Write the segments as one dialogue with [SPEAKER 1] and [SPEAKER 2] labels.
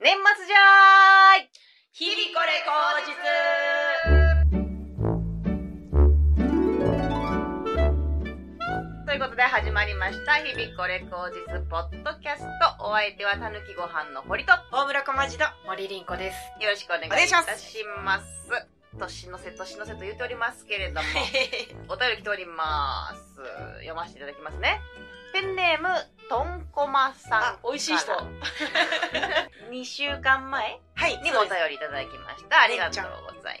[SPEAKER 1] 年末じゃーい
[SPEAKER 2] 日々これ口
[SPEAKER 1] ということで始まりました「日々これ口実ポッドキャスト」お相手はたぬきご飯の堀とよ
[SPEAKER 2] 実大村小 町の森凛子です。
[SPEAKER 1] ろしくお願いいたします年の瀬年の瀬と言っておりますけれどもお便り来ております読ませていただきますねペンネームとんこまさん
[SPEAKER 2] あ、美味し い人。は
[SPEAKER 1] 2週間前
[SPEAKER 2] い、
[SPEAKER 1] に
[SPEAKER 2] に
[SPEAKER 1] も
[SPEAKER 2] も
[SPEAKER 1] お便りいただきましたありがとうござい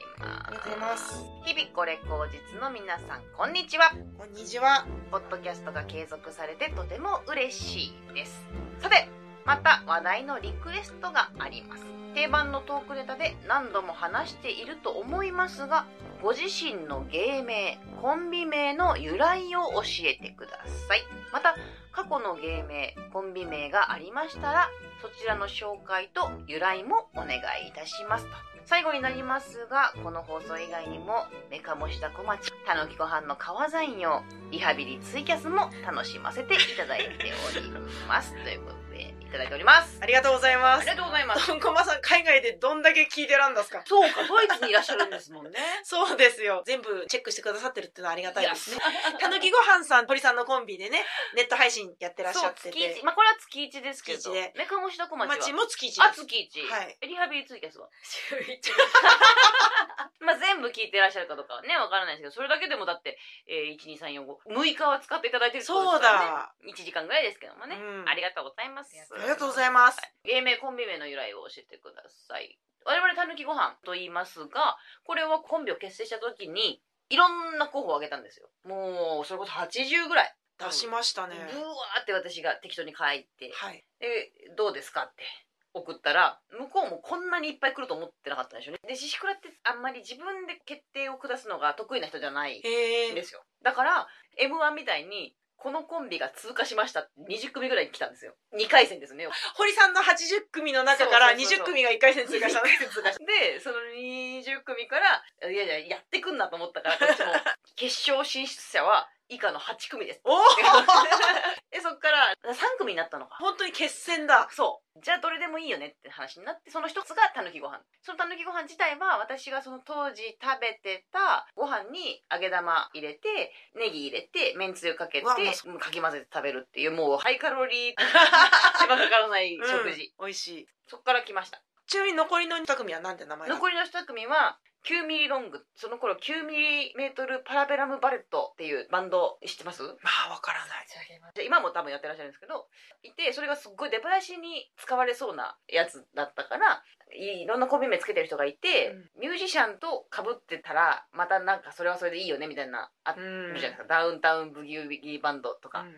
[SPEAKER 1] ま
[SPEAKER 2] ありが
[SPEAKER 1] す
[SPEAKER 2] とうございます。
[SPEAKER 1] 日々これ口実の皆さんこんにちは
[SPEAKER 2] こんにちは。
[SPEAKER 1] ポッドキャストが継続されてとても嬉しいですさてまた話題のリクエストがあります定番のトークネタで何度も話していると思いますがご自身の芸名コンビ名の由来を教えてくださいまた過去の芸名コンビ名がありましたらそちらの紹介と由来もお願いいたしますと最後になりますがこの放送以外にもメカモシダ小町たぬきご飯の川山用リハビリツイキャスも楽しませていただいております。ということで、いただいております。
[SPEAKER 2] ありがとうござい
[SPEAKER 1] あ
[SPEAKER 2] ま
[SPEAKER 1] り
[SPEAKER 2] す
[SPEAKER 1] が。とうございます。
[SPEAKER 2] とんこまさん、海外でどんだけ聞いてらんだすか
[SPEAKER 1] そうか、ドイツにいらっしゃるんですもんね。
[SPEAKER 2] そうですよ。全部チェックしてくださってるってのはありがたいですね。
[SPEAKER 1] い
[SPEAKER 2] たぬきごはんさん、鳥さんのコンビでね、ネット配信やってらっし
[SPEAKER 1] そ
[SPEAKER 2] ゃ
[SPEAKER 1] う
[SPEAKER 2] っ、て
[SPEAKER 1] 月
[SPEAKER 2] て
[SPEAKER 1] 一。。まあ、これは月一ですけ
[SPEAKER 2] 月
[SPEAKER 1] ど
[SPEAKER 2] 一で。
[SPEAKER 1] メカモシダ小町は。
[SPEAKER 2] 町も月一です。
[SPEAKER 1] あ、月一。
[SPEAKER 2] はい
[SPEAKER 1] リハビリツイキャスは。
[SPEAKER 2] 週一。
[SPEAKER 1] まあ、全部聞いてらっしゃるかとかはね、わからないですけど、それだけでもだって、えー、1、2、3、4、5、6日は使っていただいてるってこと
[SPEAKER 2] そう
[SPEAKER 1] ですからね。
[SPEAKER 2] だ。
[SPEAKER 1] 1時間ぐらいですけどもね。
[SPEAKER 2] うん
[SPEAKER 1] ありがとうございます。
[SPEAKER 2] ありがとうございます。
[SPEAKER 1] 芸名コンビ名の由来を教えてください我々たぬきご飯と言いますがこれはコンビを結成した時にいろんな候補を挙げたんですよもうそれこそ80ぐらい
[SPEAKER 2] 出しました
[SPEAKER 1] ぶ
[SPEAKER 2] ね。
[SPEAKER 1] わーって私が適当に書いて
[SPEAKER 2] はい。
[SPEAKER 1] でどうですかって送ったら向こうもこんなにいっぱい来ると思ってなかったんでしょうねでシシクラってあんまり自分で決定を下すのが得意な人じゃない
[SPEAKER 2] へ
[SPEAKER 1] ん
[SPEAKER 2] え
[SPEAKER 1] で。すよだから m 1みたいにこのコンビが通過しましたって20組ぐらい来たんですよ2回戦ですね
[SPEAKER 2] 堀さんの80組の中から
[SPEAKER 1] そうそうそうそう
[SPEAKER 2] 20組が1回戦通 過したの。
[SPEAKER 1] でその20組からいやいややってくんなと思ったからこ っちも決勝進出者は以下の8組です
[SPEAKER 2] おお
[SPEAKER 1] でそっから3組になったのか
[SPEAKER 2] 本当に決戦だ。
[SPEAKER 1] そうじゃあどれでもいいよねって話になってその一つがたぬきご飯そのたぬきご飯自体は私がその当時食べてたご飯に揚げ玉入れてネギ入れてめんつゆかけて
[SPEAKER 2] うわもう
[SPEAKER 1] うんかき混ぜて食べるっていうもうハイカロ リーしばかからない食事、
[SPEAKER 2] うん。美味しい。
[SPEAKER 1] そっから来ました
[SPEAKER 2] ちなみに残りの2組は何て名前なの
[SPEAKER 1] 残りの2組は9ミリロングその頃9ミリメートルパラベラムバレットっていうバンド知ってます
[SPEAKER 2] まあ、わからない。
[SPEAKER 1] 今も多分やってらっしゃるんですけどいてそれがすっごい出囃子に使われそうなやつだったからいろんなコンビ名つけてる人がいて、ミュージシャンとかぶってたらまたなんかそれはそれでいいよねみたいなあっ
[SPEAKER 2] う
[SPEAKER 1] て
[SPEAKER 2] ん。
[SPEAKER 1] るじゃないですか、ダウンタウンブギウギバンドとか、
[SPEAKER 2] うんうん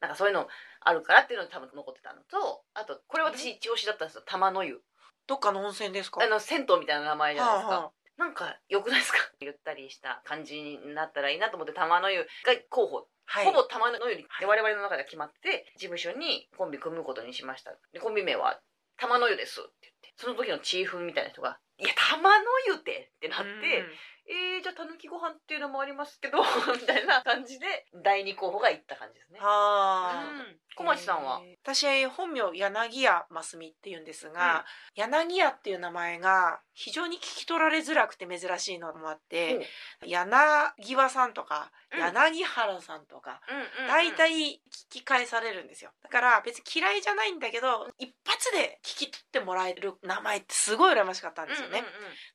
[SPEAKER 1] なんかそういうのあるからっていうのが多分残ってたのとあとこれ私一押しだったんですよ玉の湯
[SPEAKER 2] どっかの温泉ですか
[SPEAKER 1] あの銭湯みたいな名前じゃないですか、
[SPEAKER 2] はあはあ
[SPEAKER 1] なんか良くないですかゆったりした感じになったらいいなと思って玉の湯が候補、
[SPEAKER 2] はい。
[SPEAKER 1] ほぼ玉の湯に
[SPEAKER 2] は
[SPEAKER 1] で
[SPEAKER 2] い
[SPEAKER 1] 我々の中では決まって事務所にコンビ組むことにしましたでコンビ名は「玉の湯です」って言ってその時のチーフみたいな人が「いや玉の湯って」ってなっ
[SPEAKER 2] うん
[SPEAKER 1] て「えー、じゃあたぬきご飯っていうのもありますけど」 みたいな感じで第二候補がいった感じですね。
[SPEAKER 2] は
[SPEAKER 1] う
[SPEAKER 2] あ。
[SPEAKER 1] ん小町さんは、
[SPEAKER 2] えー私本名柳家真澄って言うんですが、柳家っていう名前が非常に聞き取られづらくて珍しいのもあって、柳輪さんとか、
[SPEAKER 1] うん
[SPEAKER 2] 柳原さんとか
[SPEAKER 1] うんうんうん
[SPEAKER 2] 大体聞き返されるんですよだから別に嫌いじゃないんだけど一発で聞き取ってもらえる名前ってすごい羨ましかったんですよね、
[SPEAKER 1] うんうんうん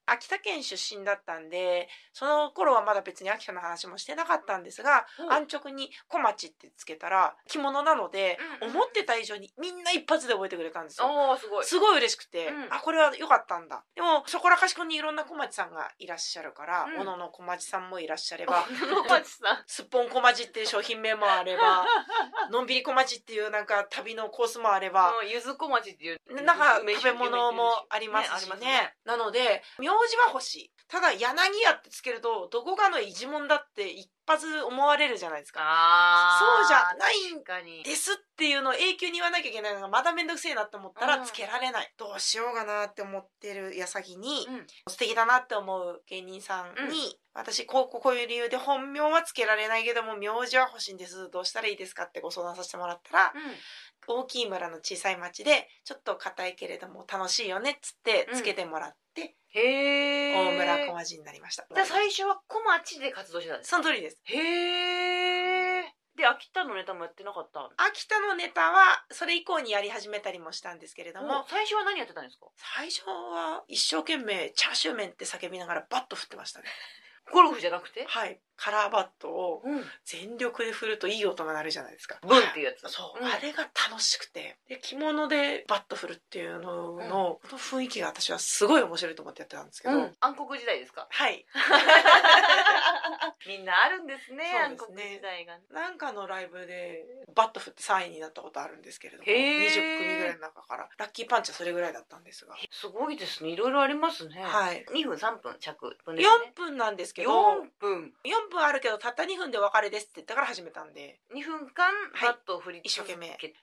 [SPEAKER 2] 秋田県出身だったんでその頃はまだ別に秋田の話もしてなかったんですが
[SPEAKER 1] うん
[SPEAKER 2] 安直に「小町」ってつけたら着物なので
[SPEAKER 1] うんうん
[SPEAKER 2] 思ってた以上にみんな一発で覚えてくれたんですよ。
[SPEAKER 1] おーすごい。
[SPEAKER 2] すごい嬉しくて、
[SPEAKER 1] うん
[SPEAKER 2] あこれは良かったんだでもそこらかしこにいろんな小町さんがいらっしゃるから、
[SPEAKER 1] うん
[SPEAKER 2] 小野の小町さんもいらっしゃれば
[SPEAKER 1] 小町さん。
[SPEAKER 2] すっぽん小町っていう商品名もあれ ばのんびり小町っていうなんか旅のコースもあれば、
[SPEAKER 1] うんゆず小町っていう
[SPEAKER 2] なんか食べ物もありますし
[SPEAKER 1] ね
[SPEAKER 2] ね
[SPEAKER 1] ありますね
[SPEAKER 2] なので名字は欲しいただ柳家屋ってつけるとどこかの一門だって一発思われるじゃないですか
[SPEAKER 1] あー
[SPEAKER 2] そうじゃない
[SPEAKER 1] 確かに
[SPEAKER 2] ですっていうのを永久に言わなきゃいけないのがまだ面倒くせえなって思ったら
[SPEAKER 1] うん
[SPEAKER 2] つけられない、どうしようかなって思ってる矢先に、
[SPEAKER 1] うん
[SPEAKER 2] 素敵だなって思う芸人さんに、
[SPEAKER 1] う
[SPEAKER 2] 私こうこうこういう理由で本名はつけられないけども名字は欲しいんですどうしたらいいですかってご相談させてもらったら、大きい村の小さい町でちょっと硬いけれども楽しいよねっつってつけてもらって、
[SPEAKER 1] へえ
[SPEAKER 2] 大村小町になりました、
[SPEAKER 1] じゃあ最初は小町で活動してたんです
[SPEAKER 2] その通りです
[SPEAKER 1] へえで秋田のネタもやってなかった
[SPEAKER 2] 秋田のネタはそれ以降にやり始めたりもしたんですけれども、
[SPEAKER 1] もう最初は何やってたんですか
[SPEAKER 2] 最初は一生懸命チャーシュー麺って叫びながらバット振ってましたね
[SPEAKER 1] ゴルフじゃなくて
[SPEAKER 2] はいカラーバットを
[SPEAKER 1] うん
[SPEAKER 2] 全力で振るといい音が鳴るじゃないですか
[SPEAKER 1] ブンっていうやつ
[SPEAKER 2] そう、
[SPEAKER 1] うん
[SPEAKER 2] あれが楽しくてで着物でバット振るっていうのの,、この雰囲気が私はすごい面白いと思ってやってたんですけど、
[SPEAKER 1] うん暗黒時代ですか
[SPEAKER 2] はい
[SPEAKER 1] みんなあるんですね
[SPEAKER 2] そ
[SPEAKER 1] 暗
[SPEAKER 2] うです
[SPEAKER 1] 黒
[SPEAKER 2] ね
[SPEAKER 1] 時代がね
[SPEAKER 2] なんかのライブでバット振って3位になったことあるんですけれども
[SPEAKER 1] へー
[SPEAKER 2] 20組ぐらいの中からラッキーパンチはそれぐらいだったんですが、
[SPEAKER 1] すごいですねいろいろありますね
[SPEAKER 2] はい、
[SPEAKER 1] 2分3分着分ですね
[SPEAKER 2] 4分なんですけど
[SPEAKER 1] 4分
[SPEAKER 2] 4分あるけどたった2分でお別れですって言ったから始めたんで
[SPEAKER 1] 2分間
[SPEAKER 2] はい
[SPEAKER 1] バットを振り続け、
[SPEAKER 2] 一生懸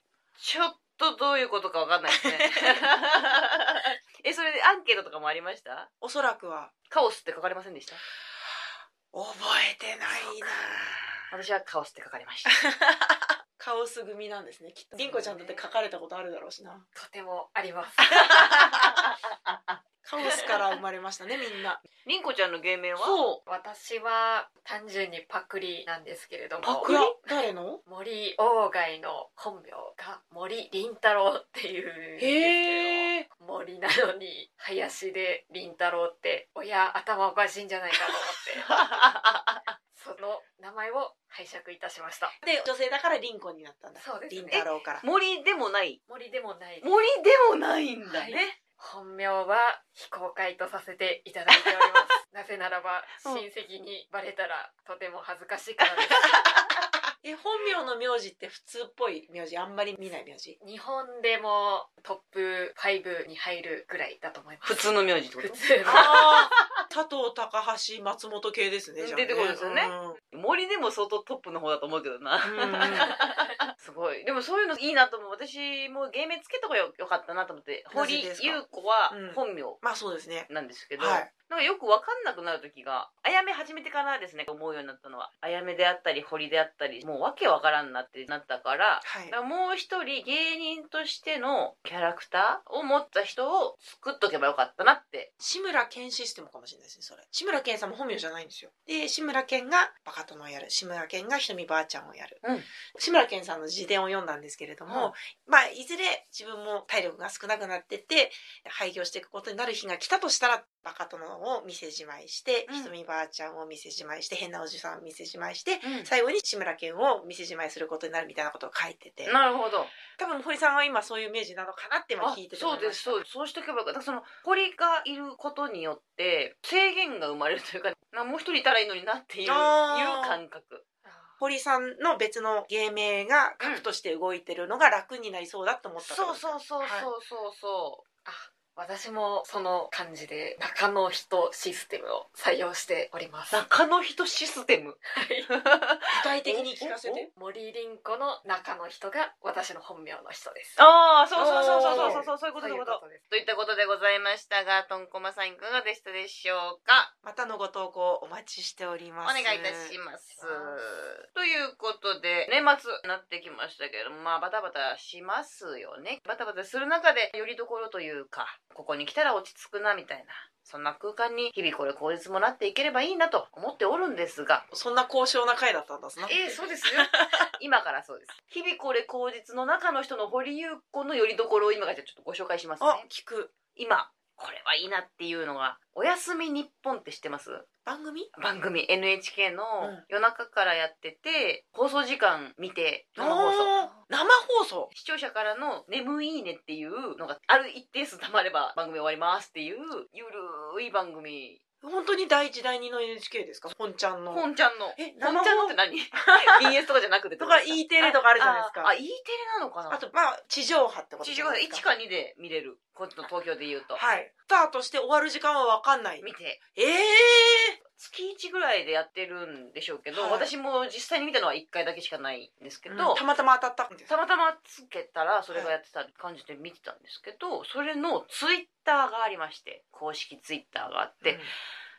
[SPEAKER 1] ちょっとどういうことかわかんない ですねえそれでアンケートとかもありました
[SPEAKER 2] おそらくは
[SPEAKER 1] カオスって書かれませんでした
[SPEAKER 2] 覚えてないな
[SPEAKER 1] 私はカオスって書かれ ました
[SPEAKER 2] カオス組なんですねきっと凛子ちゃんだって書かれたことあるだろうしな
[SPEAKER 1] とてもあります
[SPEAKER 2] カオスから生まれましたねみんな
[SPEAKER 1] りんこちゃんの芸名は
[SPEAKER 2] そう
[SPEAKER 3] 私は単純にパクリなんですけれども
[SPEAKER 1] パク
[SPEAKER 2] い
[SPEAKER 1] リ
[SPEAKER 2] や誰の
[SPEAKER 3] 森鴎外の本名が森林太郎っていうんですけ
[SPEAKER 2] へえ
[SPEAKER 3] ど森なのに林で林太郎って親頭おかしいんじゃないかと思って その名前を拝借いたしました
[SPEAKER 2] で女性だから凛子になったんだ
[SPEAKER 3] そうですね
[SPEAKER 2] 凛太郎か ら
[SPEAKER 1] 森でもない
[SPEAKER 3] 森でもない
[SPEAKER 1] 森でもないんだね、
[SPEAKER 3] はい本名は非公開とさせていただいておりますなぜならば親戚にバレたらとても恥ずかしいからです
[SPEAKER 2] え本名の名字って普通っぽい名字あんまり見ない名字
[SPEAKER 3] 日本でもトップ5に入るぐらいだと思います
[SPEAKER 1] 普通の名字ってこ
[SPEAKER 3] 普
[SPEAKER 1] と
[SPEAKER 3] 通の
[SPEAKER 2] ああ 佐藤高橋松本系ですねじゃあね
[SPEAKER 1] 出てこないですよね
[SPEAKER 2] うん
[SPEAKER 1] 森でも相当トップの方だと思うけどな
[SPEAKER 2] うんうん
[SPEAKER 1] すごいでもそういうのいいなと思う私も芸名つけた方がよよかったなと思って
[SPEAKER 2] な
[SPEAKER 1] 堀
[SPEAKER 2] ぜ
[SPEAKER 1] 優
[SPEAKER 2] ですか
[SPEAKER 1] 子は
[SPEAKER 2] うん
[SPEAKER 1] 本名
[SPEAKER 2] まあそうですね
[SPEAKER 1] なんですけど、
[SPEAKER 2] はい
[SPEAKER 1] なんかよくわかんなくなる時があやめ始めてからですね思うようになったのはあやめであったり堀であったりもうわけわからんなってなったから
[SPEAKER 2] はい
[SPEAKER 1] だからもう一人芸人としてのキャラクターを持った人を作っとけばよかったなって
[SPEAKER 2] 志村けんシステムかもしれないですねそれ志村けんさんも本名じゃないんですよで志村けんがバカ殿をやる志村けんがひとみばあちゃんをやる、
[SPEAKER 1] うん
[SPEAKER 2] 志村けんさんの自伝を読んだんですけれども、まあいずれ自分も体力が少なくなってって廃業していくことになる日が来たとしたらバカ殿を店じまいして、
[SPEAKER 1] うん
[SPEAKER 2] ひとみばあちゃんを店じまいして変なおじさんを店じまいして
[SPEAKER 1] うん
[SPEAKER 2] 最後に志村けんを店じまいすることになるみたいなことを書いてて
[SPEAKER 1] なるほど
[SPEAKER 2] 多分堀さんは今そういうイメージなのかなって今
[SPEAKER 1] あ
[SPEAKER 2] 聞いてて
[SPEAKER 1] そう
[SPEAKER 2] 思いま
[SPEAKER 1] ですそうですそうしておけばよかっただからその堀がいることによって制限が生まれるというかなもう一人いたらいいのになっていういう
[SPEAKER 2] あー
[SPEAKER 1] 感覚
[SPEAKER 2] 堀さんの別の芸名が核として動いてるのが楽になりそうだと思ったから
[SPEAKER 1] そうそうそうそう
[SPEAKER 2] はい
[SPEAKER 1] そうそ
[SPEAKER 3] あ私もその感じで中の人システムを採用しております
[SPEAKER 1] う中の人システム
[SPEAKER 2] 具体的に聞かせて
[SPEAKER 3] 森凛子の中の人が私の本名の人です
[SPEAKER 1] ああそうそうそうそうそうそうそうそういうことそういうこと
[SPEAKER 3] とです
[SPEAKER 1] といったことでございましたがとんこまさんいかがでしたでしょうか
[SPEAKER 2] またのご投稿お待ちしており
[SPEAKER 1] お
[SPEAKER 2] ます
[SPEAKER 1] 願いいたしますということで年末になってきましたけれどもまあバタバタしますよねバタバタする中でよりどころというかここに来たら落ち着くなみたいなそんな空間に日々これ効率もなっていければいいなと思っておるんですが
[SPEAKER 2] そんな高尚な回だったんですな
[SPEAKER 1] ええそうですよ 今からそうです日々これ口実の中の人の堀優子のよりどころを今からちょっとご紹介します
[SPEAKER 2] あ
[SPEAKER 1] ね
[SPEAKER 2] 聞く
[SPEAKER 1] 今これはいいなっていうのが「おやすみ日本」って知ってます
[SPEAKER 2] 番組
[SPEAKER 1] 番組 NHK の
[SPEAKER 2] うん
[SPEAKER 1] 夜中からやってて放送時間見て生放送
[SPEAKER 2] おー生放送
[SPEAKER 1] 視聴者からの「眠いいね」っていうのがある一定数たまれば番組終わりますっていうゆるい番組
[SPEAKER 2] 本当に第一第二の NHK ですか本ちゃんの
[SPEAKER 1] 本ちゃんの
[SPEAKER 2] え
[SPEAKER 1] 本
[SPEAKER 2] 生放
[SPEAKER 1] ちゃんのって 何 BS とかじゃなくて
[SPEAKER 2] とか E テレとかあるじゃないですか
[SPEAKER 1] ああ E テレなのかな
[SPEAKER 2] あとまあ地上波ってこと
[SPEAKER 1] 地
[SPEAKER 2] じ
[SPEAKER 1] 上
[SPEAKER 2] ゃな
[SPEAKER 1] 波
[SPEAKER 2] いです
[SPEAKER 1] 1か2で見れるこっちの東京で言うと、
[SPEAKER 2] はいスタートして終わる時間は分かんない
[SPEAKER 1] 見て
[SPEAKER 2] ええ
[SPEAKER 1] 月1ぐらいでやってるんでしょうけど、
[SPEAKER 2] はい
[SPEAKER 1] 私も実際に見たのは1回だけしかないんですけど、
[SPEAKER 2] たまたま当たったんです
[SPEAKER 1] たまたまつけたらそれがやってた感じで見てたんですけど、それのツイッターがありまして公式ツイッターがあって、
[SPEAKER 2] うん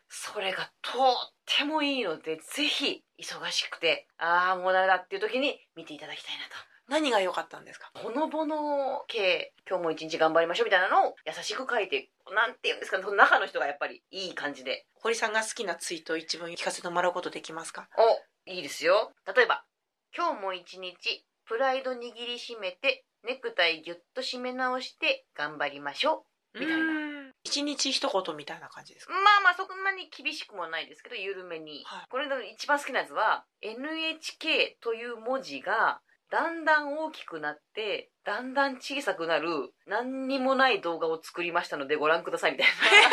[SPEAKER 1] それがとってもいいのでぜひ忙しくてああもうダメだっていう時に見ていただきたいなと。
[SPEAKER 2] 何が良かったんですか
[SPEAKER 1] ほのぼの系今日も一日頑張りましょうみたいなのを優しく書いてなんて言うんですかねその中の人がやっぱりいい感じで
[SPEAKER 2] 堀さんが好きなツイートを一文聞かせてもらうことできますか
[SPEAKER 1] おいいですよ例えば「今日も一日プライド握りしめてネクタイぎゅっと締め直して頑張りましょう」みたいな
[SPEAKER 2] な一日一言みたいな感じですか
[SPEAKER 1] まあまあそんなに厳しくもないですけど緩めに、
[SPEAKER 2] はい
[SPEAKER 1] これの一番好きなやつは NHK という文字がだんだん大きくなってだんだん小さくなる何にもない動画を作りましたのでご覧くださいみたい な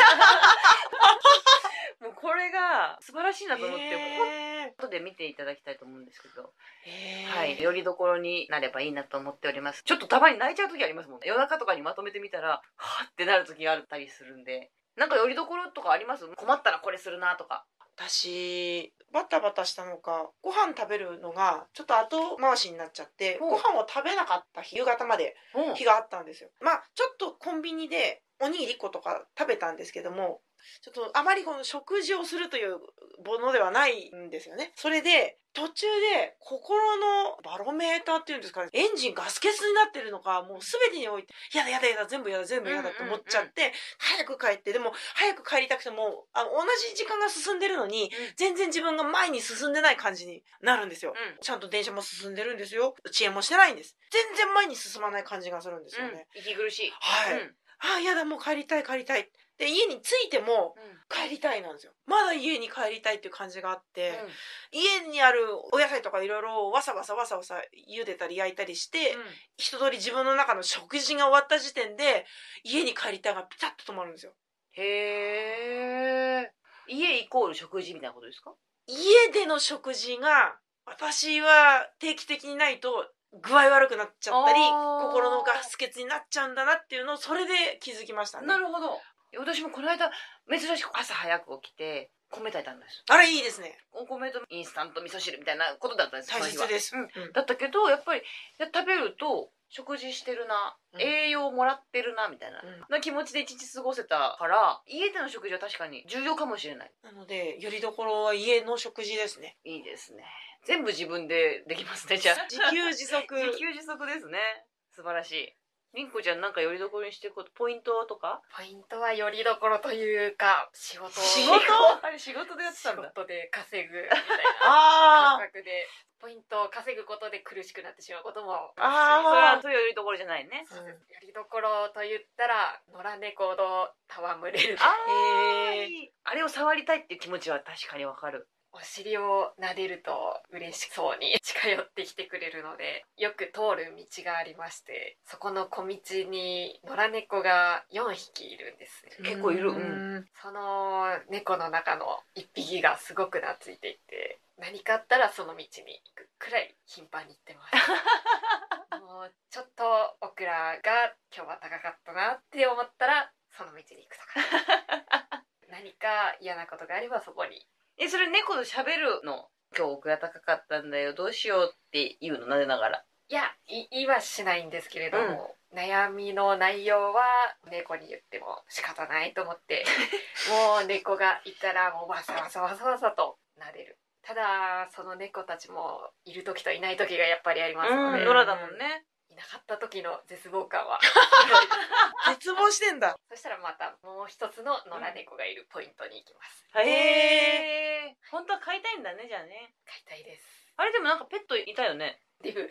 [SPEAKER 1] もうこれが素晴らしいなと思って、本当で見ていただきたいと思うんですけど、はいよりどころになればいいなと思っておりますちょっとたまに泣いちゃう時ありますもんね夜中とかにまとめてみたらはぁってなる時があったりするんでなんかよりどころとかあります困ったらこれするなとか
[SPEAKER 2] 私バタバタしたのかご飯食べるのがちょっと後回しになっちゃって
[SPEAKER 1] ほう
[SPEAKER 2] ご飯を食べなかった日夕方まで
[SPEAKER 1] うん
[SPEAKER 2] 日があったんですよまあちょっとコンビニでおにぎり1個とか食べたんですけどもちょっとあまりこの食事をするというものではないんですよねそれで途中で心のバロメーターっていうんですかねエンジンガス欠になってるのかもう全てにおいてやだやだやだ全部やだ全部やだと思っちゃって、早く帰ってでも早く帰りたくてもあの同じ時間が進んでるのに全然自分が前に進んでない感じになるんですよ、
[SPEAKER 1] う
[SPEAKER 2] ちゃんと電車も進んでるんですよ遅延もしてないんです全然前に進まない感じがするんですよね、
[SPEAKER 1] うん、息苦しい、
[SPEAKER 2] はい、
[SPEAKER 1] うん
[SPEAKER 2] あやだもう帰りたい帰りたいで家に着いても帰りたいなんですよまだ家に帰りたいっていう感じがあって、家にあるお野菜とかいろいろわさわさわさわさ茹でたり焼いたりして、一通り自分の中の食事が終わった時点で家に帰りたいがピタッと止まるんですよ
[SPEAKER 1] へえ家イコール食事みたいなことですか
[SPEAKER 2] 家での食事が私は定期的にないと具合悪くなっちゃったり
[SPEAKER 1] あー
[SPEAKER 2] 心のガス欠になっちゃうんだなっていうのをそれで気づきましたね
[SPEAKER 1] るほど私もこの間珍しく朝早く起きて米炊いたんです
[SPEAKER 2] あれいいですね
[SPEAKER 1] お米とインスタント味噌汁みたいなことだったんです
[SPEAKER 2] 大
[SPEAKER 1] その
[SPEAKER 2] 切
[SPEAKER 1] 日は
[SPEAKER 2] です、
[SPEAKER 1] うん
[SPEAKER 2] うん
[SPEAKER 1] だったけどやっぱりや食べると食事してるな、
[SPEAKER 2] うん
[SPEAKER 1] 栄養もらってるなみたいな,、
[SPEAKER 2] うん
[SPEAKER 1] な気持ちで一日過ごせたから家での食事は確かに重要かもしれない
[SPEAKER 2] なので、よりどころは家の食事です ね。
[SPEAKER 1] いいですね全部自分でできますねじゃあ
[SPEAKER 2] 自給自足。
[SPEAKER 1] 自給自足ですね素晴らしいりんこちゃんなんかよりどころにしてることポイントとか
[SPEAKER 3] ポイントはよりどころというか仕事を
[SPEAKER 2] 仕事
[SPEAKER 1] あれ仕事でやってたん
[SPEAKER 3] 仕
[SPEAKER 1] だ
[SPEAKER 3] 事で稼ぐみたいな
[SPEAKER 2] あ
[SPEAKER 3] 感覚でポイントを稼ぐことで苦しくなってしまうことも
[SPEAKER 2] あ。あ
[SPEAKER 1] それは
[SPEAKER 2] あ。
[SPEAKER 1] というよりどころじゃないね
[SPEAKER 2] うん
[SPEAKER 3] よりどころと言ったら野良猫と戯れる
[SPEAKER 1] あー、
[SPEAKER 2] えー
[SPEAKER 1] いいあれを触りたいっていう気持ちは確かにわかる
[SPEAKER 3] お尻を撫でると嬉しそうに 近寄ってきてくれるのでよく通る道がありましてそこの小道に野良猫が4匹いるんです
[SPEAKER 1] 結構いるうん
[SPEAKER 2] ん。
[SPEAKER 3] その猫の中の1匹がすごく懐いていて何かあったらその道に行くくらい頻繁に行ってますもうちょっとオクラが今日は高かったなって思ったらその道に行くとか何か嫌なことがあればそこに
[SPEAKER 1] えそれ猫と喋るの今日オクラ高かったんだよどうしようって言うのなでながら
[SPEAKER 3] いや、い言いはしないんですけれども、悩みの内容は猫に言っても仕方ないと思 って、もう猫がいたらもうわさわさわさわさと撫でる。ただ、その猫たちもいる時といない時がやっぱりありますの
[SPEAKER 1] う
[SPEAKER 3] で、
[SPEAKER 1] ん
[SPEAKER 2] ん
[SPEAKER 1] 野良だもんね
[SPEAKER 3] いなかった時の絶望感は。
[SPEAKER 2] 絶望してんだ。
[SPEAKER 3] そしたらまたもう一つの野良猫がいるポイントに行きます。
[SPEAKER 2] ん
[SPEAKER 1] へえ本当は飼いたいんだねじゃあね
[SPEAKER 3] 飼いたいです。
[SPEAKER 1] あれでもなんかペットいたよね
[SPEAKER 3] デ ブ。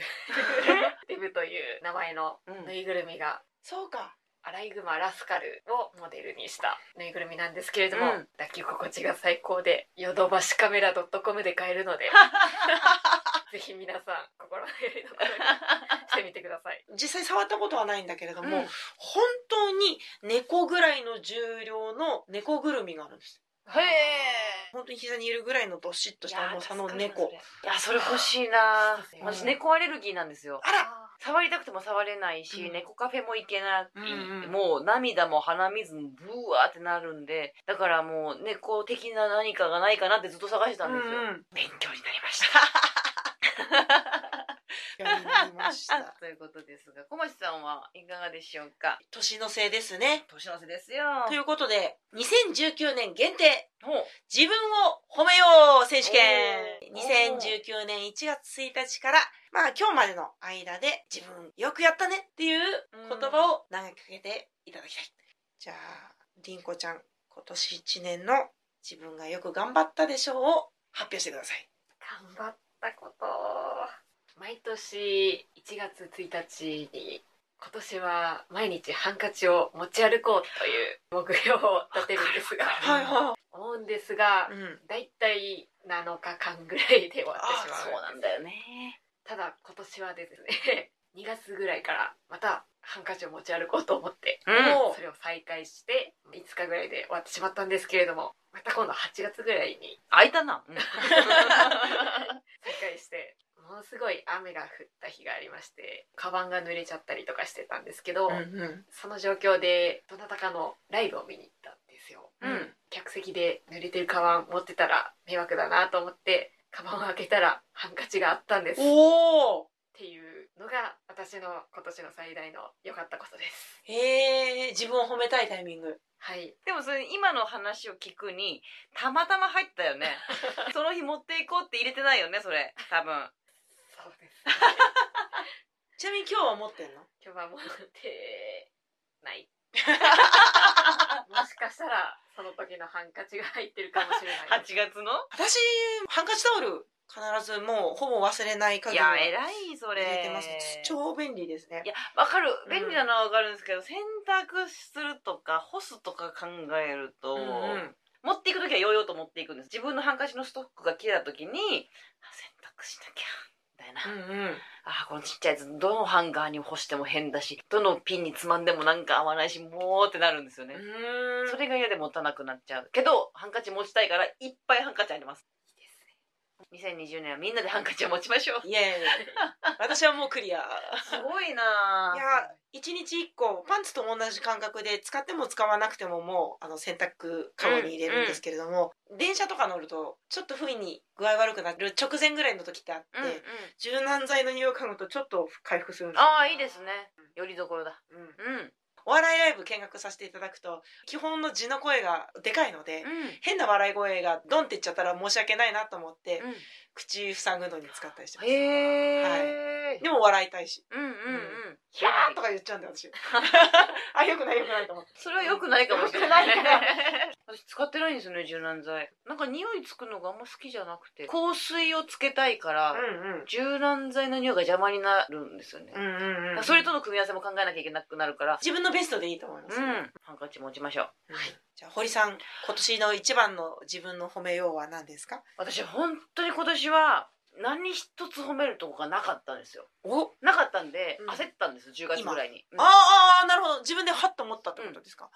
[SPEAKER 3] デブという名前の
[SPEAKER 1] うん
[SPEAKER 3] ぬいぐるみが
[SPEAKER 2] そうか。
[SPEAKER 3] アライグマラスカルをモデルにしたぬいぐるみなんですけれども、
[SPEAKER 1] うん
[SPEAKER 3] 抱き心地が最高でヨドバシカメラ .com で買える のでぜひ皆さん心のよりのころにしてみてください
[SPEAKER 2] 実際触ったことはないんだけれども、
[SPEAKER 1] うん
[SPEAKER 2] 本当に猫ぐらいの重量の猫ぐるみがあるんです。
[SPEAKER 1] へえ
[SPEAKER 2] 本当に膝にいるぐらいのどしっとした重さの
[SPEAKER 3] いや
[SPEAKER 2] 猫
[SPEAKER 3] 助かる
[SPEAKER 1] いやそれ欲しいな
[SPEAKER 3] そうですよね
[SPEAKER 1] 私猫アレルギーなんですよ
[SPEAKER 2] あら
[SPEAKER 1] 触りたくても触れないし、
[SPEAKER 2] うん
[SPEAKER 1] 猫カフェも行けな
[SPEAKER 2] うん
[SPEAKER 1] い、
[SPEAKER 2] うん
[SPEAKER 1] もう涙も鼻水もブワーってなるんでだからもう猫的な何かがないかなってずっと探してたんですよ、
[SPEAKER 2] うんうん
[SPEAKER 1] 勉強になりました
[SPEAKER 2] 勉強になりま した
[SPEAKER 1] ということですが小町さんはいかがでしょうか
[SPEAKER 2] 年のせいですね
[SPEAKER 1] 年の瀬ですよ
[SPEAKER 2] ということで2019年限定
[SPEAKER 1] ほう
[SPEAKER 2] 自分を褒めよう選手権
[SPEAKER 1] おー
[SPEAKER 2] 2019年1月1日からまあ今日までの間で自分よくやったねっていう言葉を投げかけていただきたいじゃありんこちゃん今年1年の自分がよく頑張ったでしょうを発表してください
[SPEAKER 3] 頑張ったこと毎年1月1日に今年は毎日ハンカチを持ち歩こうという目標を立てるんですが
[SPEAKER 1] はい
[SPEAKER 2] は
[SPEAKER 3] 思うんですが
[SPEAKER 2] うん
[SPEAKER 3] 大体7日間ぐらいで終わってしま
[SPEAKER 2] あ
[SPEAKER 3] う
[SPEAKER 1] そうなんだよね
[SPEAKER 3] ただ今年はですね 2月ぐらいからまたハンカチを持ち歩こうと思って、
[SPEAKER 1] うん
[SPEAKER 2] お
[SPEAKER 3] それを再開して5日ぐらいで終わってしまったんですけれどもまた今度8月ぐらいに
[SPEAKER 1] 開いたな、 うん
[SPEAKER 3] 再開してものすごい雨が降った日がありましてカバンが濡れちゃったりとかしてたんですけど、
[SPEAKER 2] うんうん
[SPEAKER 3] その状況でどなたかのライブを見に行ったんですよ
[SPEAKER 1] うん
[SPEAKER 3] 客席で濡れてるカバン持ってたら迷惑だなと思ってカバンを開けたらハンカチがあったんです
[SPEAKER 2] おお
[SPEAKER 3] っていうのが私の今年の最大の良かったことです。
[SPEAKER 2] へえ自分を褒めたいタイミング
[SPEAKER 3] はい。
[SPEAKER 1] でもそれ今の話を聞くにたまたま入った よねその日持っていこうって入れてないよねそれ多分
[SPEAKER 3] そうです。
[SPEAKER 2] ちなみに今日は持ってんの
[SPEAKER 3] 今日はもう手ない。もしかしたらその時のハンカチが入ってるかもしれな
[SPEAKER 1] 8
[SPEAKER 3] いです。
[SPEAKER 1] 月の
[SPEAKER 2] 私ハンカチタオル必ずもうほぼ忘れない限
[SPEAKER 1] い
[SPEAKER 2] り
[SPEAKER 1] や
[SPEAKER 2] は
[SPEAKER 1] 偉いそ
[SPEAKER 2] 入
[SPEAKER 1] れ
[SPEAKER 2] れてます超便利ですね
[SPEAKER 1] いやわかる
[SPEAKER 2] うん
[SPEAKER 1] 便利なのはわかるんですけど、洗濯するとか干すとか考えると、
[SPEAKER 2] うんうん
[SPEAKER 1] 持っていく時はヨーヨーと持っていくんです自分のハンカチのストックが切れた時にあ洗濯しなきゃみたいな、
[SPEAKER 2] うんうん
[SPEAKER 1] あーこのちっちゃいやつどのハンガーに干しても変だしどのピンにつまんでもなんか合わないしもうってなるんですよね、
[SPEAKER 2] うーん
[SPEAKER 1] それが嫌で持たなくなっちゃうけどハンカチ持ちたいからいっぱいハンカチあります2020年はみんなでハンカチを持ちましょう
[SPEAKER 2] いやいやい や私はもうクリアい
[SPEAKER 1] すごいなぁ
[SPEAKER 2] や一日一個パンツと同じ感覚で使っても使わなくてももうあの洗濯カゴに入れるんですけれども、電車とか乗るとちょっと不意に具合悪くなる直前ぐらいの時ってあって、
[SPEAKER 1] うんうん
[SPEAKER 2] 柔軟剤の匂いを嗅ぐとちょっと回復するんですよ
[SPEAKER 1] ああいいですねよりどころだ
[SPEAKER 2] うん
[SPEAKER 1] うん
[SPEAKER 2] お笑いライブ見学させていただくと基本の地の声がでかいので、
[SPEAKER 1] うん
[SPEAKER 2] 変な笑い声がドンっていっちゃったら申し訳ないなと思って、
[SPEAKER 1] うん
[SPEAKER 2] 口塞ぐのに使ったりしてます
[SPEAKER 1] へえ、
[SPEAKER 2] でも笑いたいし
[SPEAKER 1] うんうんうん
[SPEAKER 2] 「キャー!」とか言っちゃうんだ よ私あよくないよくないと思って
[SPEAKER 1] それは良くないかもしれない
[SPEAKER 3] 良くな い
[SPEAKER 1] 私使ってないんですよね柔軟剤なんか匂いつくのがあんま好きじゃなくて香水をつけたいから、
[SPEAKER 2] うん
[SPEAKER 1] 柔軟剤の匂いが邪魔になるんですよね、
[SPEAKER 2] うんうんうんうん
[SPEAKER 1] それとの組み合わせも考えなきゃいけなくなるから
[SPEAKER 2] 自分のベストでいいと思いま
[SPEAKER 1] う
[SPEAKER 2] す、
[SPEAKER 1] んハンカチ持ちましょう
[SPEAKER 2] はいじゃあ堀さん今年の一番の自分の褒めようは何ですか
[SPEAKER 1] 私本当に今年は何一つ褒めるとこがなかったんですよ
[SPEAKER 2] お
[SPEAKER 1] なかったんで、
[SPEAKER 2] うん
[SPEAKER 1] 焦ったんですよ10月ぐらいに、うんあ
[SPEAKER 2] ああなるほど自分でハッと思ったってことですか、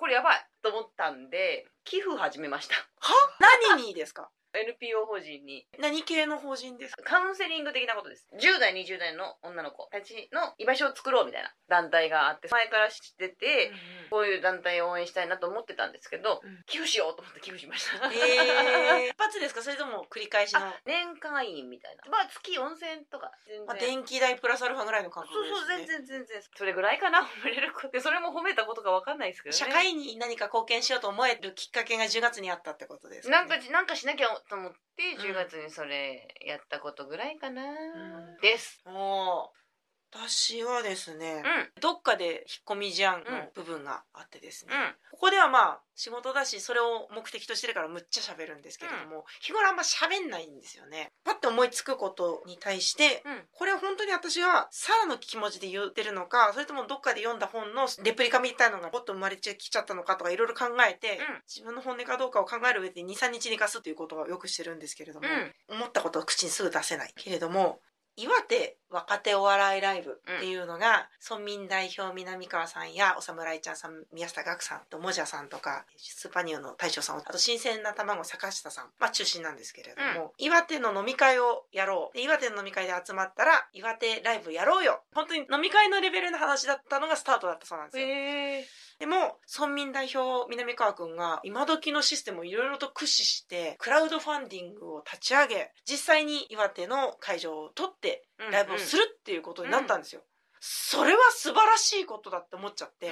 [SPEAKER 1] これやばいと思ったんで寄付始めました
[SPEAKER 2] は何にですか
[SPEAKER 1] NPO 法人に
[SPEAKER 2] 何系の法人ですか
[SPEAKER 1] カウンセリング的なことです10代20代の女の子たちの居場所を作ろうみたいな団体があって前から知ってて、こういう団体を応援したいなと思ってたんですけど、
[SPEAKER 2] うん
[SPEAKER 1] 寄付しようと思って寄付しま した
[SPEAKER 2] えー、一発ですかそれとも繰り返しの
[SPEAKER 1] あ年会員みたいなまあ月4000とか全然、
[SPEAKER 2] まあ、電気代プラスアルファぐらいの感
[SPEAKER 1] そう
[SPEAKER 2] 覚です、ね、
[SPEAKER 1] そう全然全然それぐらいかな褒めれることでそれも褒めたことが分かんないですけどね
[SPEAKER 2] 社会に何か貢献しようと思えるきっかけが10月にあったってことです
[SPEAKER 1] なん
[SPEAKER 2] ね
[SPEAKER 1] かなんかしなきゃと思って
[SPEAKER 2] うん
[SPEAKER 1] 10月にそれやったことぐらいかな、
[SPEAKER 2] ん
[SPEAKER 1] です
[SPEAKER 2] もう私はですね、
[SPEAKER 1] うんうん
[SPEAKER 2] どっかで引っ込み思案の部分があってですね、
[SPEAKER 1] うん
[SPEAKER 2] ここではまあ仕事だしそれを目的としてるからむっちゃ喋るんですけれども、日頃あんま喋んないんですよねパッて思いつくことに対してこれは本当に私はサラの気持ちで言ってるのかそれともどっかで読んだ本のレプリカみたいのがポッと生まれてきちゃったのかとかいろいろ考えて、
[SPEAKER 1] うん
[SPEAKER 2] 自分の本音かどうかを考える上で23日寝かすということはよくしてるんですけれども、
[SPEAKER 1] うん
[SPEAKER 2] 思ったことを口にすぐ出せないけれども岩手若手お笑いライブっていうのが、村民代表南川さんやお侍ちゃんさん宮下岳さんともじゃさんとかスーパーニューの大将さんあと新鮮な卵坂下さん、まあ、中心なんですけれども、岩手の飲み会をやろうで岩手の飲み会で集まったら岩手ライブやろうよ本当に飲み会のレベルの話だったのがスタートだったそうなんですよ。
[SPEAKER 1] へえ
[SPEAKER 2] でも村民代表南川くんが今時のシステムをいろいろと駆使してクラウドファンディングを立ち上げ実際に岩手の会場を取ってライブをするっていうことになったんですよ。それは素晴らしいことだって思っちゃって、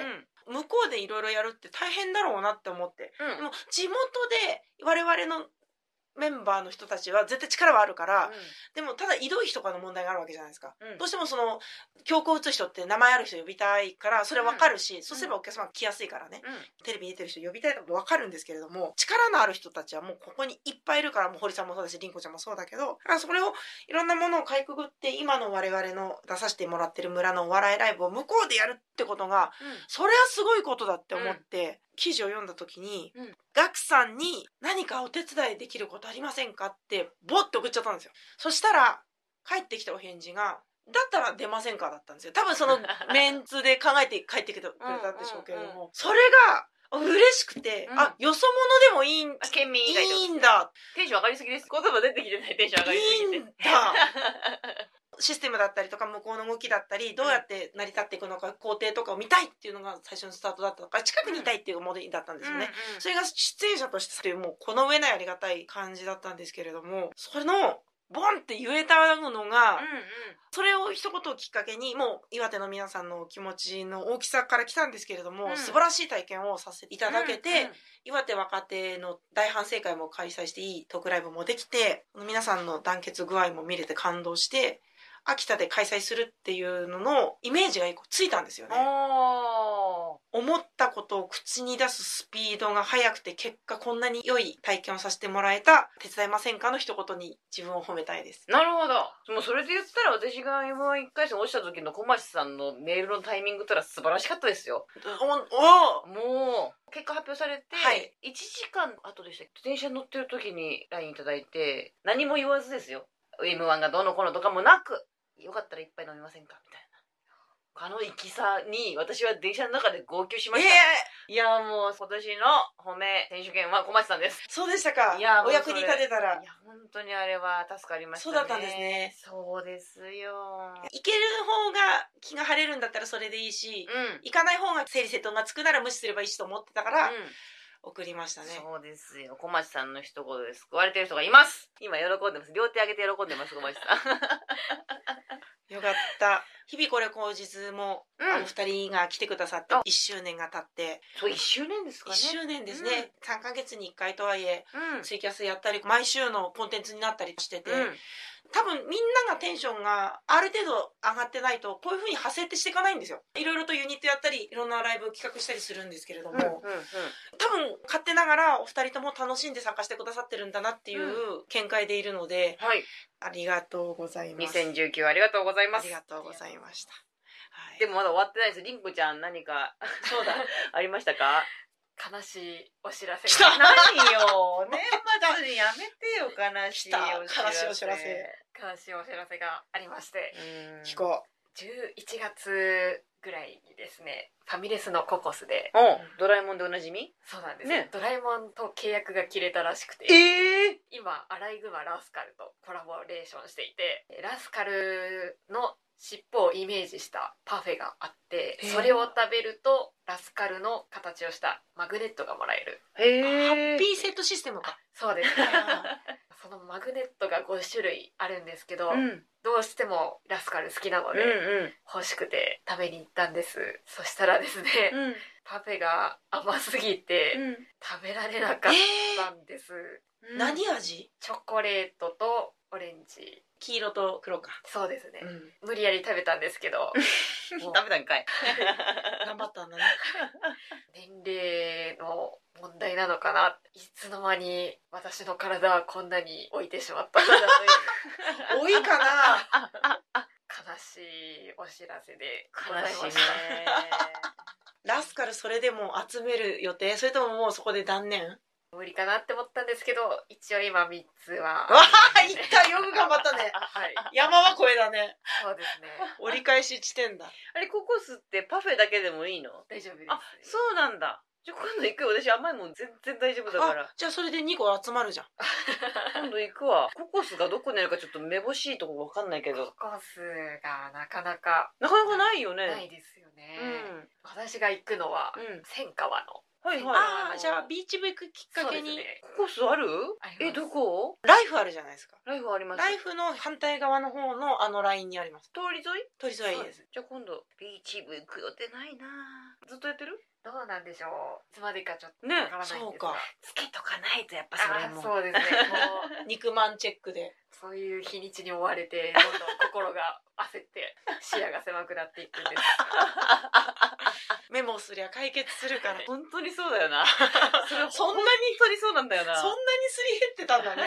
[SPEAKER 2] 向こうでいろいろやるって大変だろうなって思ってでも地元で我々のメンバーの人たちは絶対力はあるから、でもただ移動費とかの問題があるわけじゃないですか、
[SPEAKER 1] うん
[SPEAKER 2] どうしてもその強行打つ人って名前ある人呼びたいからそれ分かるし、そうすればお客様来やすいからね、テレビに出てる人呼びたいのも分かるんですけれども力のある人たちはもうここにいっぱいいるからもう堀さんもそうだし凛子ちゃんもそうだけどあそれをいろんなものをかいくぐって今の我々の出させてもらってる村のお笑いライブを向こうでやるってことがそれはすごいことだって思って、記事を読んだ時に、
[SPEAKER 1] うん
[SPEAKER 2] ガクさんに何かお手伝いできることありませんかってボッて送っちゃったんですよそしたら帰ってきたお返事がだったら出ませんかだったんですよ多 分そのメンツで考えて帰ってきてくれたんでしょうけれども、
[SPEAKER 1] うんう
[SPEAKER 2] それが嬉しくて、
[SPEAKER 1] うん
[SPEAKER 2] あよそ者でもいいん
[SPEAKER 1] あ県民以外ってこと
[SPEAKER 2] いいんだ
[SPEAKER 1] テンション上がりすぎです言葉出てきてないテンション上がりす
[SPEAKER 2] いい
[SPEAKER 1] ぎ
[SPEAKER 2] ん
[SPEAKER 1] て
[SPEAKER 2] だシステムだったりとか向こうの動きだったりどうやって成り立っていくのか工程とかを見たいっていうのが最初のスタートだったから近くにいたいっていう思いだったんですよね。それが出演者としてもうこの上ないありがたい感じだったんですけれどもそれのボンって言えたのが、
[SPEAKER 1] うんうん
[SPEAKER 2] それを一言をきっかけにもう岩手の皆さんの気持ちの大きさから来たんですけれども、
[SPEAKER 1] うん
[SPEAKER 2] 素晴らしい体験をさせていただけて、
[SPEAKER 1] うんうん
[SPEAKER 2] 岩手若手の大反省会も開催していいトークライブもできて皆さんの団結具合も見れて感動して秋田で開催するっていうののイメージが一個ついたんですよね
[SPEAKER 1] おー
[SPEAKER 2] 思ったことを口に出すスピードが速くて結果こんなに良い体験をさせてもらえた手伝いませんかの一言に自分を褒めたいです
[SPEAKER 1] なるほどもうそれで言ったら私が m 1 1回戦落ちた時の小町さんのメールのタイミングったら素晴らしかったですよ
[SPEAKER 2] おお
[SPEAKER 1] もう結果発表されて、
[SPEAKER 2] はい
[SPEAKER 1] 1時間後でしたっけ電車に乗ってる時に LINE いただいて何も言わずですよ m 1がどうのこうのとかもなくよかったら一杯飲みませんかみたいなあの行きさに私は電車の中で号泣しま
[SPEAKER 2] え
[SPEAKER 1] し
[SPEAKER 2] え
[SPEAKER 1] た、いやもう今年の褒め選手権は小町さんです
[SPEAKER 2] そうでしたか
[SPEAKER 1] いやも
[SPEAKER 2] お
[SPEAKER 1] うそ
[SPEAKER 2] 役
[SPEAKER 1] れ
[SPEAKER 2] に立てたら
[SPEAKER 1] いや本当にあれは助かりました
[SPEAKER 2] そう
[SPEAKER 1] ね
[SPEAKER 2] だったんですね
[SPEAKER 1] そうですよ
[SPEAKER 2] 行ける方が気が晴れるんだったらそれでいいし
[SPEAKER 1] うん、うん
[SPEAKER 2] 行かない方が整理整頓がつくなら無視すればいいしと思ってたから、送りましたね
[SPEAKER 1] そうですよ小町さんの一言で救われてる人がいます今喜んでます両手上げて喜んでます小町さん
[SPEAKER 2] よかった日々これ口実も、
[SPEAKER 1] うん
[SPEAKER 2] あの二人が来てくださって1周年が経って
[SPEAKER 1] そう1周年ですか
[SPEAKER 2] 1
[SPEAKER 1] ね
[SPEAKER 2] 周年ですね、
[SPEAKER 1] うん
[SPEAKER 2] 3ヶ月に1回とはいえ
[SPEAKER 1] うん
[SPEAKER 2] ツイキャスやったり毎週のコンテンツになったりしてて、多分みんながテンションがある程度上がってないとこういうふうに派生ってしていかないんですよいろいろとユニットやったりいろんなライブを企画したりするんですけれど
[SPEAKER 1] う
[SPEAKER 2] も、
[SPEAKER 1] んうんうん
[SPEAKER 2] 多分勝手ながらお二人とも楽しんで参加してくださってるんだなっていう見解でいるので、
[SPEAKER 1] はい
[SPEAKER 2] ありがとうございます
[SPEAKER 1] 2019ありがとうございま
[SPEAKER 2] あ
[SPEAKER 1] す
[SPEAKER 2] りがとうございました。はい、
[SPEAKER 1] でもまだ終わってないですりんこちゃん何か
[SPEAKER 2] そうだ。
[SPEAKER 1] ありましたか
[SPEAKER 3] 悲しいお知らせ
[SPEAKER 2] 来
[SPEAKER 3] が
[SPEAKER 2] た
[SPEAKER 1] 何よ 年末にやめてよ悲
[SPEAKER 2] しいお知らせ
[SPEAKER 3] 悲しいお知らせがありまして
[SPEAKER 2] 聞こ
[SPEAKER 3] 11月ぐらいにですねファミレスのココスで
[SPEAKER 1] うんドラえもんでおなじみ
[SPEAKER 3] そうなんです、
[SPEAKER 1] ね
[SPEAKER 3] ドラえもんと契約が切れたらしくて
[SPEAKER 1] ええ
[SPEAKER 3] 今アライグマラスカルとコラボレーションしていてラスカルの尻尾をイメージしたパフェがあって
[SPEAKER 2] へー
[SPEAKER 3] それを食べるとラスカルの形をしたマグネットがもらえる
[SPEAKER 1] へ
[SPEAKER 2] う。
[SPEAKER 1] え
[SPEAKER 2] ハッピーセットシステムか。
[SPEAKER 3] そうですね
[SPEAKER 2] あ
[SPEAKER 3] そのマグネットが5種類あるんですけど、
[SPEAKER 1] うん
[SPEAKER 3] どうしてもラスカル好きなの
[SPEAKER 1] う
[SPEAKER 3] で、
[SPEAKER 1] ん
[SPEAKER 3] 欲しくて食べに行ったんですそしたらですね、
[SPEAKER 1] うんうん
[SPEAKER 3] パフェが甘すぎて食べられなかっ
[SPEAKER 2] ー
[SPEAKER 3] たんです、
[SPEAKER 1] うん
[SPEAKER 2] 何味？
[SPEAKER 3] チョコレートとオレンジ
[SPEAKER 2] 黄色と黒か。
[SPEAKER 3] そうですね、
[SPEAKER 2] ん。
[SPEAKER 3] 無理やり食べたんです けどもう
[SPEAKER 1] 食べたんかい
[SPEAKER 2] 頑張ったんだね。
[SPEAKER 3] 年齢の問題なのかないつの間に私の体はこんなに老いてしまったんだという
[SPEAKER 2] 多いかな。
[SPEAKER 3] 悲しいお知らせでございま
[SPEAKER 1] 悲しい
[SPEAKER 3] し
[SPEAKER 1] ね
[SPEAKER 3] た
[SPEAKER 2] ラスカルそれでも集める予定？それとももうそこで断念？
[SPEAKER 3] 無理かなって思ったんですけど一応今3つは
[SPEAKER 2] わあいったよく頑張ったね
[SPEAKER 3] はい
[SPEAKER 2] 山は越えだね
[SPEAKER 3] そうですね
[SPEAKER 2] 折り返し地点だ
[SPEAKER 1] あれココスってパフェだけでもいいの
[SPEAKER 3] 大丈夫です
[SPEAKER 1] あそうなんだじゃあ今度行くよ私甘いもん全然大丈夫だから
[SPEAKER 2] あじゃあそれで2個集まるじゃん
[SPEAKER 1] 今度行くわココスがどこにあるかちょっとめぼしいとこわかんないけど
[SPEAKER 3] ココスがなかなか
[SPEAKER 1] なかなかないよね
[SPEAKER 3] ないですよね、
[SPEAKER 1] うん
[SPEAKER 3] 私が行くのは
[SPEAKER 1] うん
[SPEAKER 3] 千川の
[SPEAKER 1] はいはい
[SPEAKER 3] あ
[SPEAKER 2] あ
[SPEAKER 3] の
[SPEAKER 2] あじゃあビーチ部行くきっかけ
[SPEAKER 3] そう
[SPEAKER 2] に、
[SPEAKER 3] ですね
[SPEAKER 1] ココスある
[SPEAKER 3] あります
[SPEAKER 1] えどこ
[SPEAKER 2] ライフあるじゃないですか
[SPEAKER 1] ライフあります
[SPEAKER 2] ライフの反対側の方のあのラインにあります
[SPEAKER 1] 通り沿い
[SPEAKER 2] 取り添えいいです
[SPEAKER 1] じゃあ今度ビーチ部行く予定ないなずっとやってる
[SPEAKER 3] どうなんでしょういつまでかちょっと
[SPEAKER 1] ね
[SPEAKER 3] わからないんですが
[SPEAKER 2] そうか
[SPEAKER 1] つけとかないとやっぱ
[SPEAKER 3] あーそうですねもう
[SPEAKER 2] 肉まんチェックで
[SPEAKER 3] そういう日にちに追われてどんどん心が焦って視野が狭くなっていくんです
[SPEAKER 2] メモすりゃ解決するからそん
[SPEAKER 1] 本当にそうだよな それ
[SPEAKER 2] そんなに
[SPEAKER 1] 本当にそうなんだよな
[SPEAKER 2] なにすり減ってたんだね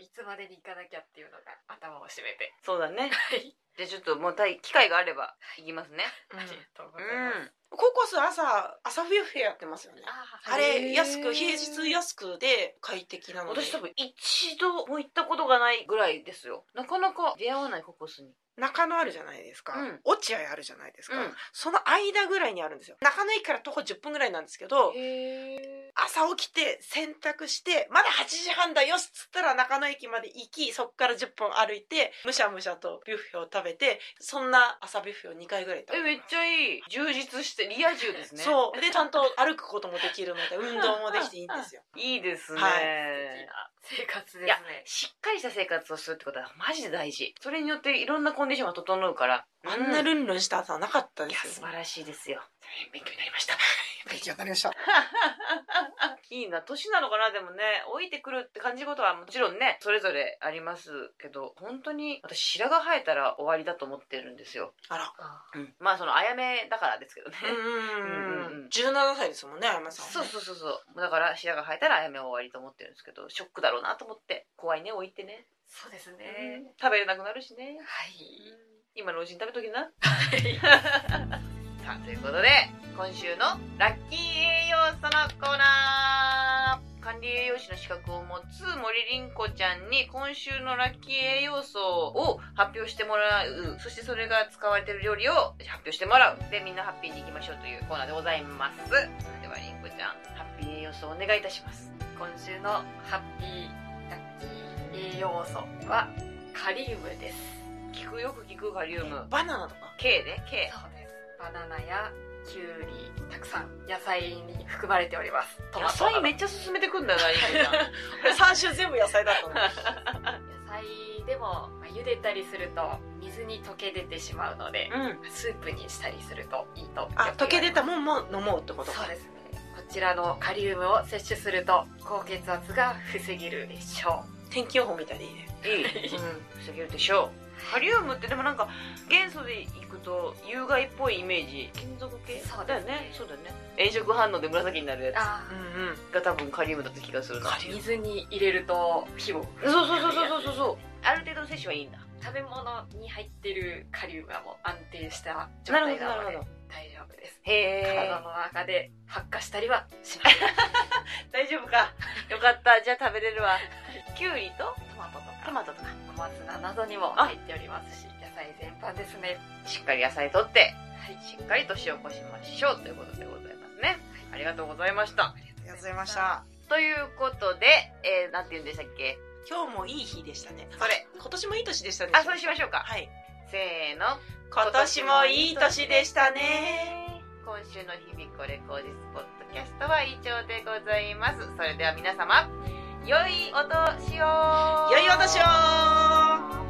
[SPEAKER 3] いつまでに行かなきゃっていうのが頭を締めて
[SPEAKER 1] そうだね
[SPEAKER 3] はい
[SPEAKER 1] じゃあちょっともうたい機会があれば行きますね
[SPEAKER 2] う
[SPEAKER 3] ありが
[SPEAKER 2] ん
[SPEAKER 3] とうご
[SPEAKER 1] う
[SPEAKER 3] ざいます、
[SPEAKER 1] ん
[SPEAKER 2] ココス朝朝冬フェアやってますよね
[SPEAKER 3] あ
[SPEAKER 2] あ
[SPEAKER 1] へー
[SPEAKER 2] れ安く平日安くで快適なので
[SPEAKER 1] 私多分一度も行ったことがないぐらいですよなかなか出会わないココスに
[SPEAKER 2] 中野あるじゃないですか、
[SPEAKER 1] うん
[SPEAKER 2] 落合あるじゃないですか、
[SPEAKER 1] うん
[SPEAKER 2] その間ぐらいにあるんですよ中野駅から徒歩10分ぐらいなんですけど
[SPEAKER 1] へ
[SPEAKER 2] 朝起きて洗濯してまだ8時半だよしっつったら中野駅まで行きそっから10分歩いてむしゃむしゃとビュッフェを食べてそんな朝ビュッフェを2回ぐらい食べ
[SPEAKER 1] え
[SPEAKER 2] た
[SPEAKER 1] めっちゃいい充実してリア充ですね
[SPEAKER 2] そうでちゃんと歩くこともできるので運動もできていいんですよ
[SPEAKER 1] いいですね、
[SPEAKER 2] は
[SPEAKER 3] 素敵な生活です
[SPEAKER 1] いや
[SPEAKER 3] ね
[SPEAKER 1] しっかりした生活をするってことはマジで大事それによっていろんなコンディションが整うから
[SPEAKER 2] あんな
[SPEAKER 1] う
[SPEAKER 2] ルンルンした朝はなかった
[SPEAKER 1] い
[SPEAKER 2] で
[SPEAKER 1] や
[SPEAKER 2] す
[SPEAKER 1] 素
[SPEAKER 2] よ、
[SPEAKER 1] 晴らしいですよ大変勉強になりました
[SPEAKER 2] 勉強になりました
[SPEAKER 1] いいな年なのかなでもね老いてくるって感じることはもちろんねそれぞれありますけど本当に私白が生えたら終わりだと思ってるんですよ、
[SPEAKER 2] あら
[SPEAKER 3] あ
[SPEAKER 1] まあそのあやめだからですけどね、
[SPEAKER 2] うん
[SPEAKER 1] うんうん
[SPEAKER 2] 17歳ですもんねあやまさんはね
[SPEAKER 1] そうそうそうそうだから白が生えたらあやめは終わりと思ってるんですけどショックだろうなと思って怖いね老いてね、
[SPEAKER 3] そうですね、
[SPEAKER 1] 食べれなくなるしね
[SPEAKER 3] はい
[SPEAKER 1] 今老人食べときな
[SPEAKER 3] はい
[SPEAKER 1] さあということで今週のラッキー栄養素のコーナー管理栄養士の資格を持つ森凛子ちゃんに今週のラッキー栄養素を発表してもらうそしてそれが使われている料理を発表してもらうでみんなハッピーにいきましょうというコーナーでございますそれでは凛子ちゃんハッピー栄養素をお願いいたします
[SPEAKER 3] 今週のハッピーラッキー栄養素はカリウムです
[SPEAKER 1] 聞くよく聞くカリウム
[SPEAKER 2] バナナとか
[SPEAKER 1] K ね K
[SPEAKER 3] そうですバナナやキュウリたくさん野菜に含まれておりますト
[SPEAKER 1] 野
[SPEAKER 3] マトなど
[SPEAKER 1] 菜めっちゃ進めてくんだよな凛子ちゃん
[SPEAKER 2] 3種全部野菜だったの
[SPEAKER 3] 野菜でも、まあ、茹でたりすると水に溶け出てしまうので、
[SPEAKER 1] うん
[SPEAKER 3] スープにしたりするといいと
[SPEAKER 2] あ溶け出た
[SPEAKER 3] も
[SPEAKER 2] もんも飲もうってこと
[SPEAKER 3] そう
[SPEAKER 2] か
[SPEAKER 3] ですねこちらのカリウムを摂取すると高血圧が防げるでしょ
[SPEAKER 2] 天気予報みたいでいいね
[SPEAKER 1] いい、防げるでしょうカリウムってでもなんか元素でいくと有害っぽいイメージ金属系
[SPEAKER 3] そう
[SPEAKER 1] だよ
[SPEAKER 3] ですね
[SPEAKER 1] ねそうだよね炎色反応で紫になるや
[SPEAKER 3] うあ
[SPEAKER 2] う
[SPEAKER 3] ー
[SPEAKER 2] んうん
[SPEAKER 1] つが多分カリウムだった気がするな
[SPEAKER 2] カリウム
[SPEAKER 3] 水に入れると火を
[SPEAKER 1] そうそうそうそうそうそうそうある程度の摂取はいいんだ
[SPEAKER 3] 食べ物に入ってるカリウムはもう安定した状
[SPEAKER 1] なる
[SPEAKER 3] 態
[SPEAKER 1] ほど
[SPEAKER 3] な
[SPEAKER 1] な
[SPEAKER 3] の
[SPEAKER 1] る
[SPEAKER 3] で
[SPEAKER 1] ほど
[SPEAKER 3] 大丈夫です
[SPEAKER 1] へえ
[SPEAKER 3] 体の中で発火したりはしません
[SPEAKER 1] 大丈夫かよかったじゃあ食べれるわきゅうりと
[SPEAKER 3] トマト
[SPEAKER 1] トマト
[SPEAKER 3] とか
[SPEAKER 1] とか
[SPEAKER 3] 小松菜などにも入っておりますし野菜全般ですね
[SPEAKER 1] しっかり野菜とって
[SPEAKER 3] はい
[SPEAKER 1] しっかり年を越しましょうということでございますねありがとうございました
[SPEAKER 3] あり
[SPEAKER 2] あ
[SPEAKER 3] が
[SPEAKER 2] りがとうございました
[SPEAKER 1] ということで、えー、なんて言うんでしたっけ
[SPEAKER 2] 今日もいい日でしたね
[SPEAKER 1] それ
[SPEAKER 2] 今年もいい年でしたね
[SPEAKER 1] あそうしましょうか
[SPEAKER 2] はい
[SPEAKER 1] せーの
[SPEAKER 2] 今年もいい年でしたね
[SPEAKER 1] 今週の日々これ口実ポッドキャストは以上でございますそれでは皆様良いお年を
[SPEAKER 2] 良いお年を